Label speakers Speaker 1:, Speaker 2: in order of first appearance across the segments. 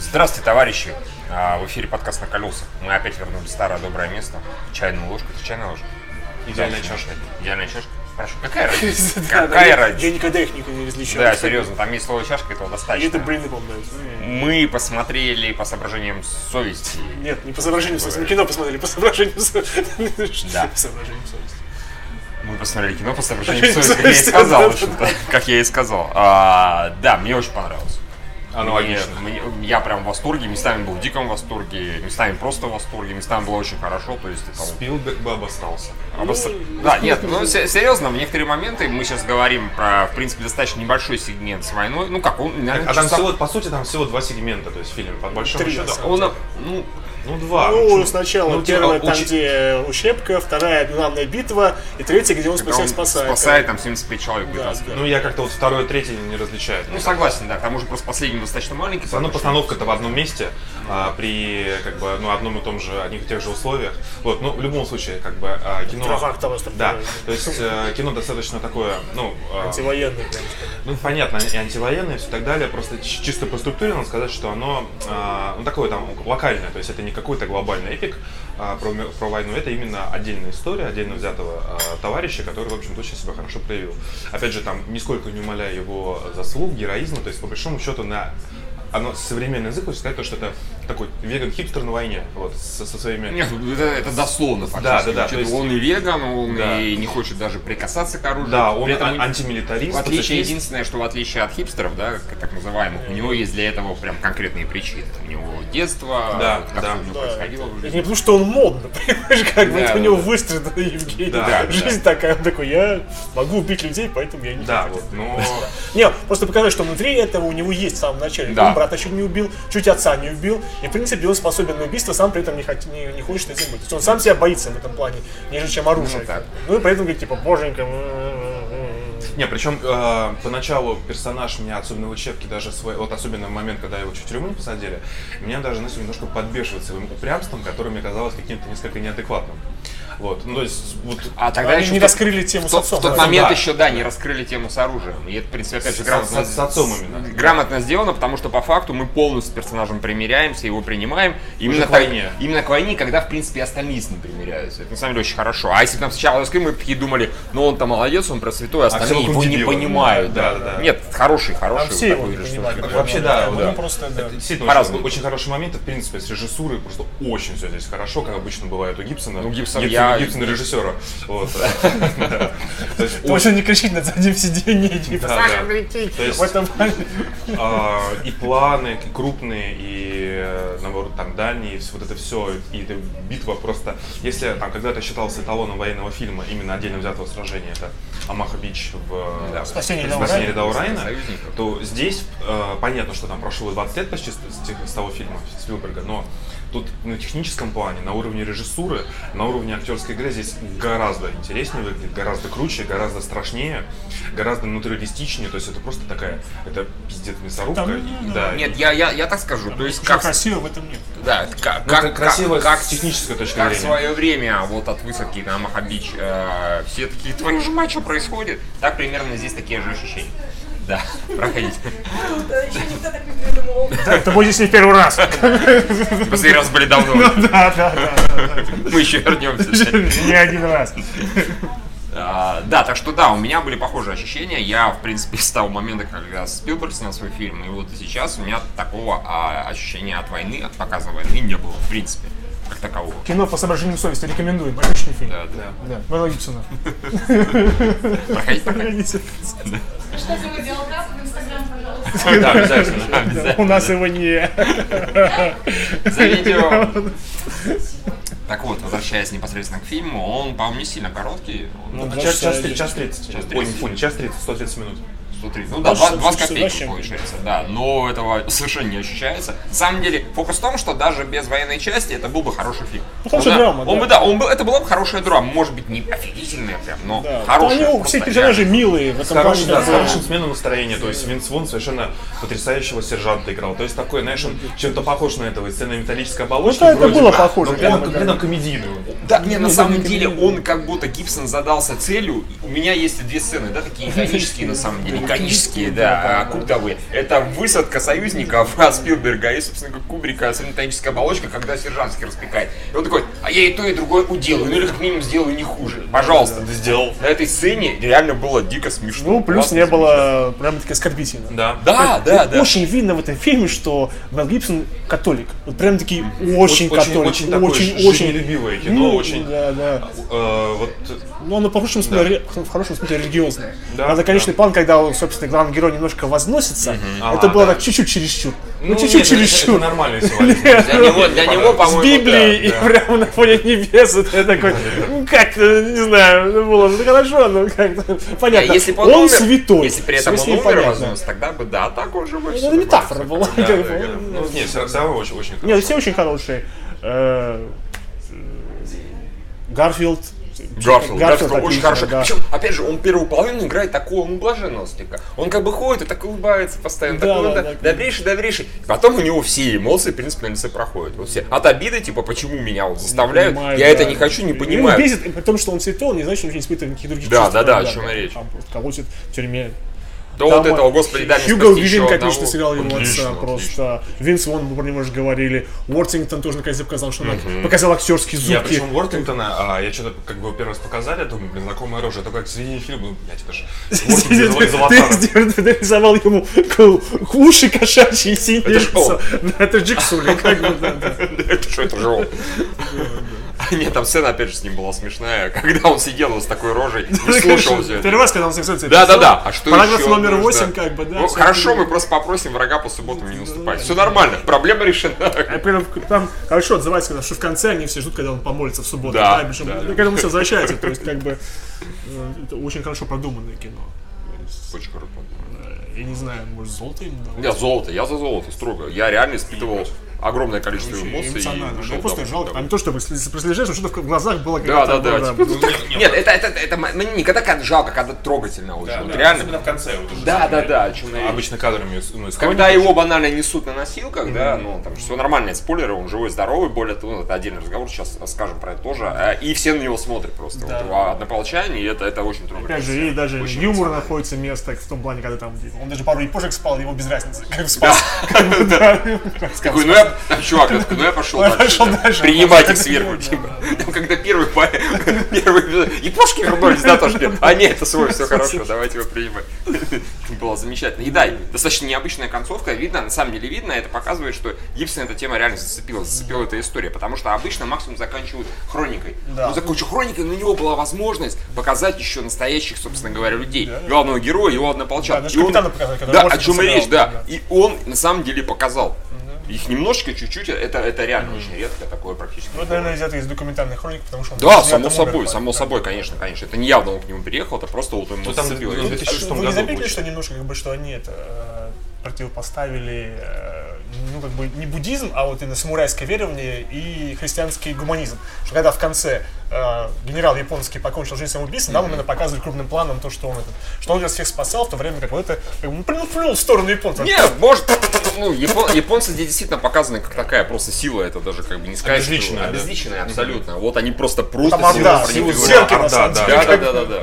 Speaker 1: Здравствуйте, товарищи! А, В эфире подкаст «На колесах». Мы опять вернулись в старое доброе место. Чайную ложку. Это чайная ложка?
Speaker 2: Идеальная
Speaker 1: Да,
Speaker 2: чашка.
Speaker 1: Идеальная чашка. Хорошо. Какая разница?
Speaker 2: Да, да,
Speaker 1: Какая
Speaker 2: я-
Speaker 1: разница?
Speaker 2: Я никогда их никогда не различал.
Speaker 1: Да, серьезно, там есть слово чашка, этого
Speaker 2: Мне это
Speaker 1: достаточно.
Speaker 2: блины помнят. М.
Speaker 1: Мы посмотрели по соображениям совести.
Speaker 2: Нет, не по соображению совести. Мы кино посмотрели, по соображению совести.
Speaker 1: Да.
Speaker 2: По соображению совести.
Speaker 1: Мы посмотрели кино по соображениям совести, как я и сказал, в общем-то. Как я и сказал. А, Да, мне очень понравилось.
Speaker 3: Аналогично.
Speaker 1: Мне- мне- я прям в восторге, местами был в диком восторге, местами просто в восторге, местами было очень хорошо, то есть это вот-
Speaker 3: Спилберг бы обосрался.
Speaker 2: А
Speaker 1: Обосра- Да, нет, ну се- серьезно, в некоторые моменты мы сейчас говорим про, в принципе, достаточно небольшой сегмент с войной. Ну как, он, наверное,
Speaker 3: А там
Speaker 1: часа-
Speaker 3: всего, по сути, там всего два сегмента, то есть фильм, по большому
Speaker 2: Три, на
Speaker 3: счету.
Speaker 2: самом
Speaker 3: А Он,
Speaker 1: он, ну,
Speaker 3: ну, два.
Speaker 2: Ну,
Speaker 3: чё-
Speaker 2: сначала
Speaker 3: ну, типа,
Speaker 2: первая, там,
Speaker 3: учи-
Speaker 2: где ущепка, вторая главная битва, и третья, где он
Speaker 1: когда он
Speaker 2: всех
Speaker 1: спасает,
Speaker 2: спасает.
Speaker 1: там 75 человек будет
Speaker 2: Да,
Speaker 1: раз.
Speaker 2: да.
Speaker 3: Ну, я как-то вот второй, третий не различаю.
Speaker 1: Ну, согласен, да, к тому же просто последний достаточно маленький.
Speaker 3: Ну,
Speaker 1: потому что-
Speaker 3: постановка-то в одном месте, а, при как бы ну, одном и том же, одних и тех же условиях. Вот, ну, в любом случае, как бы а, кино.
Speaker 2: Трафарк того, что
Speaker 3: Да.
Speaker 2: такое.
Speaker 3: То есть э, кино достаточно такое, ну, а,
Speaker 2: Антивоенный, прям скажем.
Speaker 3: Ну, понятно, и антивоенные и все так далее. Просто чи- чисто по структуре надо сказать, что оно а, ну, такое там локальное. То есть это не какой-то глобальный эпик а, про, ми- про войну. Это именно отдельная история, отдельно взятого а, товарища, который, в общем-то, очень себя хорошо проявил. Опять же, там, нисколько не умаляя его заслуг, героизма. То есть, по большому счету, на оно современный язык хочет сказать, то, что это такой веган-хипстер на войне. Вот, со, со своими...
Speaker 1: Нет, это, это дословно фактически.
Speaker 3: Да, да, да,
Speaker 1: Учитывая,
Speaker 3: то есть-
Speaker 1: Он и веган, он
Speaker 3: Да.
Speaker 1: и не хочет даже прикасаться к оружию.
Speaker 3: Да, он
Speaker 1: При этом
Speaker 3: а- антимилитарист.
Speaker 1: В отличие,
Speaker 3: пацифист.
Speaker 1: единственное, что в отличие от хипстеров, да, к- так называемых, у него есть для этого прям конкретные причины. У него детство,
Speaker 3: Да,
Speaker 1: как всё
Speaker 3: да.
Speaker 1: у него
Speaker 2: Да.
Speaker 1: происходило в
Speaker 2: Это
Speaker 1: жизни.
Speaker 2: не потому, что он модно, понимаешь, как бы
Speaker 1: Да,
Speaker 2: это у
Speaker 1: да,
Speaker 2: него
Speaker 1: да.
Speaker 2: выстроена Евгений.
Speaker 3: Да,
Speaker 1: да.
Speaker 2: Жизнь такая, он такой, я могу убить людей, поэтому я не
Speaker 3: Да,
Speaker 2: хочу.
Speaker 3: вот, но...
Speaker 2: Не, просто показать, что внутри этого у него есть в самом начале.
Speaker 1: Да.
Speaker 2: Он брата чуть не убил, чуть отца не убил. И, в принципе, он способен на убийство, сам при этом не, хот- не, не хочет этим быть. То есть он сам себя боится в этом плане, нежели чем оружие.
Speaker 1: Ну, так.
Speaker 2: Ну, и поэтому говорит, типа, боженька... м, м,
Speaker 3: Не, причем э, поначалу персонаж меня, особенно в учебке, даже свой, вот особенно в момент, когда его чуть в тюрьму не посадили, меня даже начал немножко подбешивать своим упрямством, которое мне казалось каким-то несколько неадекватным. Вот, ну то есть, вот,
Speaker 1: А
Speaker 2: м».
Speaker 1: тогда
Speaker 2: Они
Speaker 1: еще
Speaker 2: не
Speaker 1: в тот-
Speaker 2: раскрыли тему
Speaker 1: в
Speaker 2: Ну,
Speaker 1: тот,
Speaker 2: с отцом.
Speaker 1: в тот
Speaker 2: да.
Speaker 1: момент
Speaker 3: да.
Speaker 1: еще, да, не раскрыли тему с оружием. И это, в принципе, опять же,
Speaker 3: С-
Speaker 1: грамотно,
Speaker 3: с- с отцом именно.
Speaker 1: грамотно сделано, потому что по факту мы полностью с персонажем примиряемся, его принимаем. Именно
Speaker 3: к
Speaker 1: так-
Speaker 3: войне.
Speaker 1: именно к войне, когда, в принципе, и остальные с ним примиряются. Это, на самом деле, очень хорошо. А если бы нам сначала раскрыли, мы бы такие думали, ну он-то молодец, он просвятой, а остальные
Speaker 3: все
Speaker 1: его
Speaker 3: вокруг
Speaker 1: не
Speaker 3: дебилы.
Speaker 1: понимают. Да,
Speaker 3: Да, да, да.
Speaker 1: Нет, хороший, хороший.
Speaker 2: Там все его
Speaker 1: такой
Speaker 2: не
Speaker 1: режиссер.
Speaker 2: понимали.
Speaker 3: Вообще, да,
Speaker 2: Ну,
Speaker 3: да.
Speaker 2: просто, да.
Speaker 3: Это действительно
Speaker 1: По-разному.
Speaker 3: очень, очень хороший момент, и, в принципе, с режиссурой просто очень все здесь хорошо, как обычно бывает у Гибсона.
Speaker 1: Ну, Гибсон, я-
Speaker 3: Гибсон режиссера. Вот. Да. То есть
Speaker 2: Ты Больше не кричит на заднем сиденье, типа,
Speaker 3: Да, да.
Speaker 2: «Саша,
Speaker 1: ну,
Speaker 2: прикинь».
Speaker 3: То есть-
Speaker 2: В этом плане.
Speaker 3: А, и планы и крупные, и э, наоборот там дальние, и всё вот это все, и эта битва просто. Если там когда-то считался эталоном военного фильма именно отдельно взятого сражения, это Амаха Бич в э,
Speaker 1: Да.
Speaker 2: Спасение
Speaker 3: в
Speaker 2: Рядового
Speaker 3: «Спасении
Speaker 2: Райана».
Speaker 3: Рядового Райана»,
Speaker 1: Союзников.
Speaker 3: то здесь э, понятно, что там прошло 20 лет почти с, с тех- с того фильма Спилберга, но тут на техническом плане, на уровне режиссуры, на уровне актерской игры здесь гораздо интереснее выглядит, гораздо круче, гораздо страшнее, гораздо натуралистичнее. То есть это просто такая, это пиздец мясорубка.
Speaker 2: Там,
Speaker 3: и-
Speaker 2: ну,
Speaker 3: да, и-
Speaker 1: Нет, я, я, я так скажу. То есть,
Speaker 2: Как
Speaker 1: как
Speaker 2: красиво в этом нет.
Speaker 1: Да, к- как,
Speaker 3: Ну, это красиво с технической точки
Speaker 1: как в
Speaker 3: зрения.
Speaker 1: свое время а вот от высадки на Махабич э, все такие, твою же мать, что происходит? Так примерно здесь такие же ощущения. Да, проходите.
Speaker 4: Да, еще никто так не придумал.
Speaker 2: Это будет здесь не в первый раз.
Speaker 1: Последний Типа, раз были
Speaker 3: Ну,
Speaker 1: давно.
Speaker 2: Да, да, да.
Speaker 1: Мы еще вернемся.
Speaker 2: Не один раз.
Speaker 1: А, Да, так что да, у меня были похожие ощущения. Я, в принципе, с того момента, когда Спилберг снял свой фильм, и вот и сейчас у меня такого а, ощущения от войны, от показа войны не было, в принципе, как такового.
Speaker 2: Кино по соображению совести рекомендуем. Отличный фильм.
Speaker 1: Да, да.
Speaker 2: Да, Мела Гибсона.
Speaker 1: Проходите, проходите.
Speaker 2: Проходите.
Speaker 4: Что ты его делал? Раз в Инстаграм, пожалуйста.
Speaker 3: Да, обязательно.
Speaker 2: У нас его не...
Speaker 1: за видео. Так вот, возвращаясь непосредственно к фильму, он, по-моему, не сильно короткий. Он
Speaker 2: Ну,
Speaker 3: А
Speaker 2: Два
Speaker 3: Час
Speaker 2: часа
Speaker 3: час три-
Speaker 2: или-
Speaker 3: час 30.
Speaker 1: Час
Speaker 3: Ой,
Speaker 1: 30.
Speaker 3: не понял, час 30, 130 минут.
Speaker 1: 130. Ну да,
Speaker 2: Больше,
Speaker 1: 20
Speaker 2: собственно,
Speaker 1: копеек
Speaker 2: чем-
Speaker 1: получается, да. Но этого совершенно не ощущается. На самом деле, фокус в том, что даже без военной части это был бы хороший фильм.
Speaker 2: Ну, Хорошая
Speaker 1: Он,
Speaker 2: драма,
Speaker 1: он
Speaker 2: да.
Speaker 1: бы, да, он бы, это была бы хорошая драма. Может быть, не офигительная прям, но хорошая.
Speaker 2: Они
Speaker 1: просто
Speaker 2: ну, все персонажи
Speaker 1: реально.
Speaker 2: милые. В
Speaker 3: С
Speaker 2: этом
Speaker 3: хорошим,
Speaker 2: плане
Speaker 3: да, с
Speaker 2: такое.
Speaker 3: хорошим смену настроения. То есть Винс Вон совершенно потрясающего сержанта играл. То есть такой, знаешь, он чем-то похож на этого из цены металлической оболочки.
Speaker 2: Ну, это
Speaker 3: вроде
Speaker 2: было
Speaker 3: бы,
Speaker 2: похоже,
Speaker 3: но
Speaker 2: прямо
Speaker 3: Он
Speaker 2: как-
Speaker 3: как нам комедийную.
Speaker 1: Да, не, на
Speaker 2: Ну,
Speaker 1: самом
Speaker 2: это не
Speaker 1: деле
Speaker 2: комедия.
Speaker 1: он как будто Гибсон задался целью. У меня есть две сцены, да, такие иконические на самом деле. вулканические, да, а, культовые. Это высадка союзников от Спилберга и, собственно, Кубрика, сантаническая оболочка, когда Сержанский распекает. И он такой, а я и то, и другое уделаю, ну или как минимум сделаю не хуже. Пожалуйста.
Speaker 3: Ты сделал.
Speaker 1: На этой сцене реально было дико смешно.
Speaker 2: Ну, плюс
Speaker 1: классно,
Speaker 2: не
Speaker 1: смешно.
Speaker 2: было прям-таки оскорбительно.
Speaker 3: Да.
Speaker 1: Да, да, да.
Speaker 2: Очень видно в этом фильме, что Мел Гибсон католик. Вот прям таки очень
Speaker 3: Очень-
Speaker 2: католик.
Speaker 3: очень такое жизнелюбивое кино,
Speaker 2: Ну,
Speaker 3: очень-
Speaker 2: Да, да.
Speaker 3: Э, вот
Speaker 2: Но оно по хорошему смысле, ре- в хорошем смысле религиозное.
Speaker 3: Да,
Speaker 2: Надо, конечно,
Speaker 3: да.
Speaker 2: план, когда, собственно, главный герой немножко возносится, это
Speaker 3: Ага,
Speaker 2: было
Speaker 3: А, да.
Speaker 2: так чуть-чуть чересчур. Ну,
Speaker 3: нет,
Speaker 2: чуть-чуть
Speaker 3: это- Это
Speaker 2: чересчур.
Speaker 3: нормальный символизм.
Speaker 1: Для него, для него,
Speaker 2: С
Speaker 1: по-моему,
Speaker 2: Библией
Speaker 1: да,
Speaker 2: и прямо на фоне небес. Это я такой, ну как, э, не знаю, ну, было же хорошо, но как-то
Speaker 1: да.
Speaker 2: понятно.
Speaker 1: Э, А Если бы
Speaker 2: он,
Speaker 1: умер-
Speaker 2: святой.
Speaker 1: Если при этом
Speaker 2: Всё с
Speaker 1: он
Speaker 2: ним
Speaker 1: умер,
Speaker 2: понятно.
Speaker 1: вознес, тогда бы да, а так он живой. всё
Speaker 2: Ну,
Speaker 1: нормально.
Speaker 2: Это метафора была.
Speaker 3: Да,
Speaker 2: как
Speaker 3: да,
Speaker 2: бы.
Speaker 3: я говорю. Ну, Нет, все равно очень очень
Speaker 2: Нет,
Speaker 3: хорошо.
Speaker 2: ну, все очень хорошие. Э, Гарфилд.
Speaker 1: Гарфилд, Гарфилд очень
Speaker 2: отлично,
Speaker 1: хорошо.
Speaker 2: да.
Speaker 1: Причем, опять же, он первую половину играет такого ну, блаженного слегка. Он как бы ходит и так улыбается постоянно.
Speaker 2: Да,
Speaker 1: такой,
Speaker 2: да,
Speaker 1: он
Speaker 2: да.
Speaker 1: добрейший, добрейший. Потом у него все эмоции, в принципе, на лице проходят. Вот все. От обиды, типа, почему меня вот заставляют,
Speaker 2: Понимаю,
Speaker 1: я
Speaker 2: да.
Speaker 1: это не хочу, не
Speaker 2: Его
Speaker 1: понимаю.
Speaker 2: бесит, потому что он святой, он не значит, что он не испытывает никаких других
Speaker 1: Да,
Speaker 2: чувств.
Speaker 1: да, да, о
Speaker 2: кроме
Speaker 1: чем
Speaker 2: этого.
Speaker 1: речь.
Speaker 2: Там просто колотит в тюрьме.
Speaker 1: До
Speaker 2: Там
Speaker 1: вот этого, господи, дай мне
Speaker 2: Хьюго
Speaker 1: спасти
Speaker 2: Уивин,
Speaker 1: еще
Speaker 2: как
Speaker 1: одного.
Speaker 2: лично сыграл его
Speaker 1: Отлично,
Speaker 2: отца,
Speaker 1: отлично.
Speaker 2: просто. Винс Вон, мы про него уже говорили. Уортингтон тоже наконец-то показал, что он показал актерские зубки.
Speaker 3: Я причем Уортингтона, а, я что-то, как бы первый раз показали, думаю, блин, знакомая рожа, это как середине фильма, ну, блядь, это же Уортингтон из «Аватара».
Speaker 2: Ты ты нарисовал ему к- уши кошачьи и синие
Speaker 1: Это ж он.
Speaker 2: лицо. Да, Это Джексули, как бы, да, да.
Speaker 1: Это что, это же он? А Нет, там сцена опять же с ним была смешная, когда он сидел вот с такой рожей и слушал все это.
Speaker 2: Ну, Первый раз, когда он сексуется.
Speaker 1: Да, да, да. А что
Speaker 2: Параграф
Speaker 1: еще
Speaker 2: номер
Speaker 1: нужно?
Speaker 2: восемь, как бы, да.
Speaker 1: Ну,
Speaker 2: всё
Speaker 1: хорошо,
Speaker 2: это- Ну,
Speaker 1: мы просто попросим врага по субботам не наступать. Все нормально, проблема решена.
Speaker 2: А при этом там хорошо отзывается, когда, что в конце они все ждут, когда он помолится в субботу.
Speaker 1: Да,
Speaker 2: причем,
Speaker 1: да.
Speaker 2: ну, к этому все возвращается. То есть, как бы, э, это очень хорошо продуманное кино.
Speaker 1: Очень круто.
Speaker 2: Я не знаю, может, золото им дало?
Speaker 1: Я золото, я за золото, строго. Я реально испытывал огромное количество эмоций.
Speaker 2: Эмоционально.
Speaker 1: и
Speaker 2: Я
Speaker 1: ушел
Speaker 2: просто
Speaker 1: домой.
Speaker 2: жалко. А не то, чтобы если прослежаешь, что-то в глазах было
Speaker 1: Да, да,
Speaker 2: когда-то,
Speaker 1: да. типа, ну, так-
Speaker 3: нет.
Speaker 1: Нет, это, это, это мне никогда когда жалко, когда трогательно очень. Вот
Speaker 3: Особенно
Speaker 1: реально.
Speaker 3: в конце. вот уже
Speaker 1: Да, да,
Speaker 3: смотрели.
Speaker 1: да, о чем я и-
Speaker 3: Обычно кадрами, ну, из
Speaker 1: Когда его банально несут на носилках, да, ну там все нормально, спойлеры, он живой, здоровый, более того, это отдельный разговор, сейчас скажем про это тоже, э, и все на него смотрят просто,
Speaker 2: Да.
Speaker 1: вот, а однополчане, и это, это очень трогательно.
Speaker 2: Опять же, и даже
Speaker 1: Очень
Speaker 2: юмор
Speaker 1: эмоционально.
Speaker 2: находится место в том плане, когда там он даже пару япошек спал, ему без разницы. Как спал.
Speaker 1: Да. Такой, ну я, там чувак, я такой, ну я пошел
Speaker 2: Я
Speaker 1: дальше,
Speaker 2: пошел
Speaker 1: да,
Speaker 2: дальше.
Speaker 1: принимать их
Speaker 2: Да,
Speaker 1: сверху,
Speaker 2: да,
Speaker 1: типа.
Speaker 2: да.
Speaker 1: Там, когда первый, па- первый, и пушки вернулись, да, тоже, нет. а нет, это свой, все хорошо, давайте его принимать. Было замечательно. И да, достаточно необычная концовка, видно, на самом деле видно, это показывает, что Гибсон эта тема реально зацепила, зацепила эта история, потому что обычно максимум заканчивают хроникой.
Speaker 2: Да.
Speaker 1: Ну, закончу хроникой, но у него была возможность показать еще настоящих, собственно говоря, людей. Главного героя, его однополчан.
Speaker 2: Да, даже
Speaker 1: И он-
Speaker 2: капитана показали, который
Speaker 1: Да, о
Speaker 2: Мортиса
Speaker 1: чем и
Speaker 2: сыграл.
Speaker 1: речь, да.
Speaker 2: Да.
Speaker 1: И он на самом деле показал. Их немножечко, чуть-чуть, это, это реально очень редко, такое практически. не
Speaker 2: Ну, это,
Speaker 1: бывает.
Speaker 2: наверное, взято из документальной хроники, потому что он...
Speaker 1: Да,
Speaker 2: в
Speaker 1: само
Speaker 2: девятом умер,
Speaker 1: собой,
Speaker 2: поэтому,
Speaker 1: само
Speaker 2: да.
Speaker 1: собой, конечно, конечно. Это не явно он к нему переехал, это просто вот ему
Speaker 3: Ну, там,
Speaker 1: зацепило.
Speaker 3: ну,
Speaker 1: И-
Speaker 3: это
Speaker 2: А
Speaker 3: еще-
Speaker 1: а,
Speaker 3: шестом
Speaker 2: Вы не
Speaker 3: году
Speaker 2: заметили,
Speaker 3: получилось.
Speaker 2: что немножко, как бы, что они это э, противопоставили, э, ну, как бы, не буддизм, а вот именно самурайское верование и христианский гуманизм. Что когда в конце э, генерал японский покончил жизнь самоубийством, нам именно показывают крупным планом то, что он этот, что он нас всех спасал, в то время как вот это, как бы, ну, плюнул плюнул в сторону японцев.
Speaker 1: Не, может, ну, япон- японцы здесь действительно показаны как такая просто сила, это даже как бы не сказать. что-
Speaker 3: Обезличенная, да.
Speaker 1: Обезличенная, абсолютно. Вот они просто просто
Speaker 2: Там орда,
Speaker 1: силу проявили.
Speaker 3: сила
Speaker 2: зерки, на
Speaker 3: орда,
Speaker 2: самом
Speaker 3: да,
Speaker 2: деле.
Speaker 1: Да, да, да, да, да.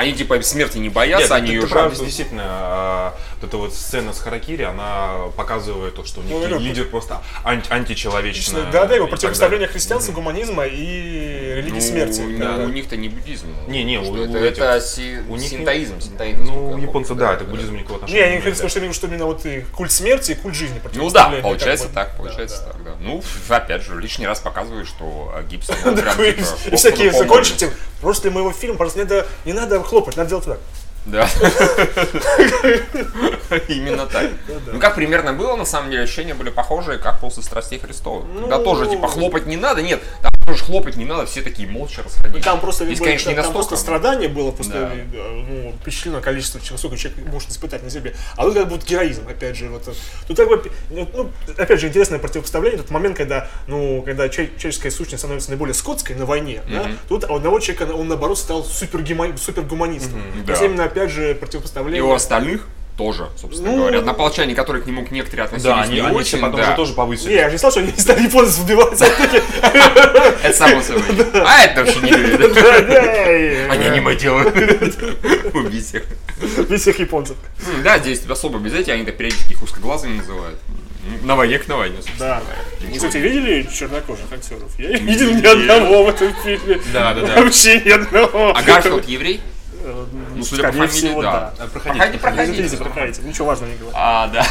Speaker 1: Они типа смерти не
Speaker 3: Нет,
Speaker 1: боятся, они
Speaker 3: ты-
Speaker 1: ее
Speaker 3: ты прав, здесь
Speaker 1: жаждут.
Speaker 3: действительно, а, вот эта вот сцена с Харакири, она показывает то, что у них
Speaker 2: Ну, это-
Speaker 3: лидер просто ан- античеловечный.
Speaker 2: Да, да, его
Speaker 3: и так
Speaker 2: противопоставление
Speaker 3: далее.
Speaker 2: христианства, гуманизма и религии
Speaker 1: Ну,
Speaker 2: смерти.
Speaker 1: да, у них-то не буддизм.
Speaker 3: Не, не,
Speaker 1: Что
Speaker 3: у-
Speaker 1: это,
Speaker 3: у
Speaker 1: это
Speaker 3: этих-
Speaker 1: си-
Speaker 3: у них не-
Speaker 1: синтоизм, синтоизм.
Speaker 3: Ну,
Speaker 1: сколько
Speaker 3: у
Speaker 1: я
Speaker 3: японцев,
Speaker 1: помню,
Speaker 3: да, это к буддизму никакого
Speaker 2: Не,
Speaker 3: отношения
Speaker 2: они
Speaker 3: имеет,
Speaker 2: хотят
Speaker 3: да.
Speaker 2: сказать, что именно- что именно вот и культ смерти и культ жизни
Speaker 1: Ну да,
Speaker 2: противопоставляли,
Speaker 1: получается
Speaker 2: как бы.
Speaker 1: так, получается так, да. Ну, ф- опять же, лишний раз показывает, что э, Гибсон он прям
Speaker 2: Такой,
Speaker 1: типа,
Speaker 2: И
Speaker 1: Господу
Speaker 2: всякие
Speaker 1: помолвлен.
Speaker 2: закончите. После моего фильма просто не надо, не надо хлопать, надо делать так.
Speaker 1: Да. Именно так. Ну, как примерно было, на самом деле, ощущения были похожие, как после страстей Христова.
Speaker 2: Ну,
Speaker 1: Да тоже, типа, хлопать не надо, нет, там тоже хлопать не надо, все такие молча расходились.
Speaker 2: Там просто,
Speaker 1: Здесь,
Speaker 2: было-
Speaker 1: конечно, не
Speaker 2: там
Speaker 1: настолько.
Speaker 2: просто страдание было, просто
Speaker 1: Да.
Speaker 2: э, ну, впечатлено количество, чего- сколько человек может испытать на себе. А тут как будто героизм, опять же. Вот, э, тут как бы, пи- ну, опять же, интересное противопоставление, тот момент, когда, ну, когда че- человеческая сущность становится наиболее скотской на войне, да, тут у одного человека, он наоборот стал супергума- супергуманистом. То есть
Speaker 1: да.
Speaker 2: именно, опять же, противопоставление.
Speaker 1: И у остальных тоже, собственно
Speaker 2: Ну,
Speaker 1: говоря. Однополчане, которые к нему к некоторые относились
Speaker 3: Да, они,
Speaker 1: не
Speaker 3: они
Speaker 1: очень,
Speaker 3: все потом
Speaker 1: да.
Speaker 3: же тоже
Speaker 2: Не,
Speaker 3: повысили.
Speaker 2: я же не слышал, что они стали японцев убивать.
Speaker 1: Это само собой. А это вообще не любят. Они аниме делают. Убить их.
Speaker 2: Без всех японцев.
Speaker 1: М, Да, здесь особо без этих, они так периодически их узкоглазыми называют. М, На войне к на войне, собственно.
Speaker 2: Да.
Speaker 1: Не
Speaker 2: Кстати,
Speaker 1: знаю.
Speaker 2: видели чернокожих актеров? Я не видел ни одного в этом фильме.
Speaker 3: Да, да, да.
Speaker 2: Вообще ни одного.
Speaker 1: А Гарфилд еврей?
Speaker 2: Э,
Speaker 1: Ну, судя по фамилии, да.
Speaker 3: А,
Speaker 1: Проходите, проходите.
Speaker 2: Извините, проходите. Ничего важного не говорю.
Speaker 1: А, да.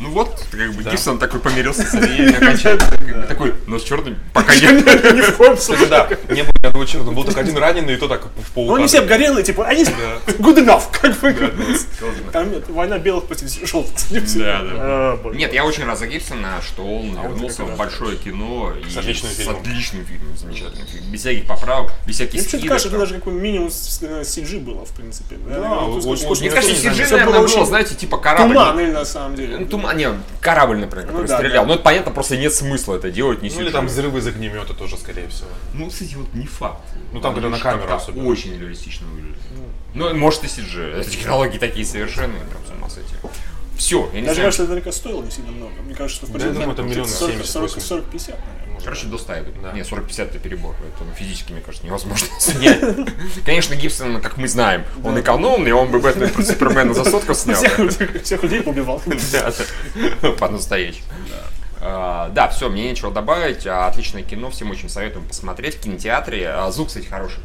Speaker 1: Ну вот, как бы Гибсон такой помирился с Ариэлем окончательно. Как бы Такой, но с черным пока нет.
Speaker 2: Ни в коем
Speaker 3: Кстати,
Speaker 2: случае.
Speaker 3: да, не было ни одного черного, был только один раненый, и то так в пол.
Speaker 2: Ну, они все обгорелые, типа, они good enough, как бы. Там нет, война белых против желтых.
Speaker 1: Да, да.
Speaker 2: А, боже.
Speaker 1: Нет, я очень рад за Гибсона, что он вернулся
Speaker 2: как
Speaker 1: в
Speaker 2: раз.
Speaker 1: большое кино. и
Speaker 3: отличным фильмом.
Speaker 1: С отличным фильмом, замечательным фильмом. Без всяких поправок, без всяких
Speaker 2: Мне почему-то
Speaker 1: скидок.
Speaker 2: кажется, это даже какой минимум с- э, CG было, в принципе. Ну,
Speaker 3: Да,
Speaker 2: вот
Speaker 3: очень-
Speaker 2: сколько-
Speaker 1: Мне
Speaker 3: очень-
Speaker 2: сколько-
Speaker 3: никто
Speaker 1: кажется,
Speaker 3: не знает.
Speaker 1: CG,
Speaker 2: Всё было
Speaker 1: наверное,
Speaker 2: очень
Speaker 1: было, знаете, типа корабль.
Speaker 2: Туманный, на самом деле.
Speaker 1: Ну, Туман, не, корабль, например, который
Speaker 2: да,
Speaker 1: стрелял.
Speaker 2: да.
Speaker 1: Но это понятно, просто нет смысла это делать, не
Speaker 3: Ну или там взрывы из огнемета тоже, скорее всего.
Speaker 1: Ну, кстати, вот не факт.
Speaker 3: Ну, там, когда
Speaker 1: Потому
Speaker 3: на
Speaker 1: что
Speaker 3: камеру
Speaker 1: как-то
Speaker 3: особенно.
Speaker 1: Очень реалистично выглядит. Ну, может и CG. Эти технологии такие совершенные, прям с ума сойти. Все, я не
Speaker 2: Даже
Speaker 1: знаю.
Speaker 2: кажется, это наверняка стоило не сильно много. Мне кажется, что в
Speaker 3: Да, я думаю, это миллионов 70, 80.
Speaker 2: 40-50, наверное.
Speaker 1: Короче, до 100 идут.
Speaker 3: Да.
Speaker 1: Не, 40-50 это перебор. Это ну, физически, мне кажется, невозможно снять. Конечно, Гибсон, как мы знаем, он экономный, он бы Бэтмен против Супермена за сотку снял.
Speaker 2: Всех, всех людей побивал.
Speaker 1: Да, да. По-настоящему. А, Да, все, мне нечего добавить. А, Отличное кино, всем очень советуем посмотреть в кинотеатре. А, Звук, кстати, хороший.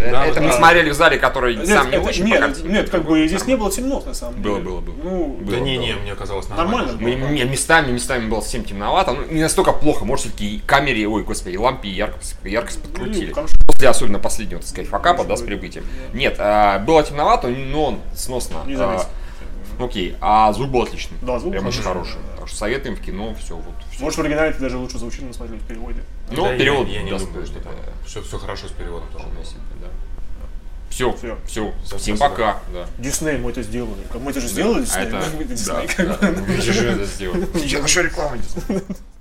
Speaker 1: Э,
Speaker 3: Да,
Speaker 1: Это
Speaker 3: вот
Speaker 1: мы
Speaker 3: да.
Speaker 1: смотрели в зале, который сам не
Speaker 2: это-
Speaker 1: очень. по
Speaker 2: нет,
Speaker 1: картинке.
Speaker 2: нет, как бы здесь не было темно, на самом деле.
Speaker 1: Было, было, было.
Speaker 2: Ну,
Speaker 1: Было.
Speaker 3: Да не-не, мне казалось нормально.
Speaker 2: Нормально.
Speaker 1: Мы- не, местами, местами было совсем темновато, ну не настолько плохо, может все-таки и камере, ой, господи, и лампе и яркость, яркость подкрутили.
Speaker 2: ну, конечно.
Speaker 1: После особенно последнего, так сказать, факапа, да, с
Speaker 2: быть.
Speaker 1: прибытием. Нет, а, было темновато, но он сносно.
Speaker 2: Не
Speaker 1: а,
Speaker 2: заметил.
Speaker 1: Окей, а звук был отличный.
Speaker 2: Да, звук
Speaker 1: Прям очень
Speaker 2: хороший,
Speaker 1: хороший. Так что советуем в кино, все, вот. всё.
Speaker 2: Может, в оригинале это даже лучше звучит, но смотрели в переводе.
Speaker 1: Ну,
Speaker 3: Да, я-
Speaker 1: перевод.
Speaker 3: Я не
Speaker 1: да, стоит,
Speaker 3: думаю, что там.
Speaker 1: да.
Speaker 3: Все, хорошо с переводом тоже.
Speaker 1: Все,
Speaker 2: Всё.
Speaker 1: все, Всем
Speaker 3: спасибо.
Speaker 1: пока. Да.
Speaker 2: Дисней, мы это сделали. Мы это же сделали,
Speaker 1: А
Speaker 2: Дисней.
Speaker 1: это,
Speaker 2: Как бы это
Speaker 1: да,
Speaker 2: Дисней, как
Speaker 1: да,
Speaker 2: бы.
Speaker 1: ну, я же это сделал.
Speaker 2: Еще рекламу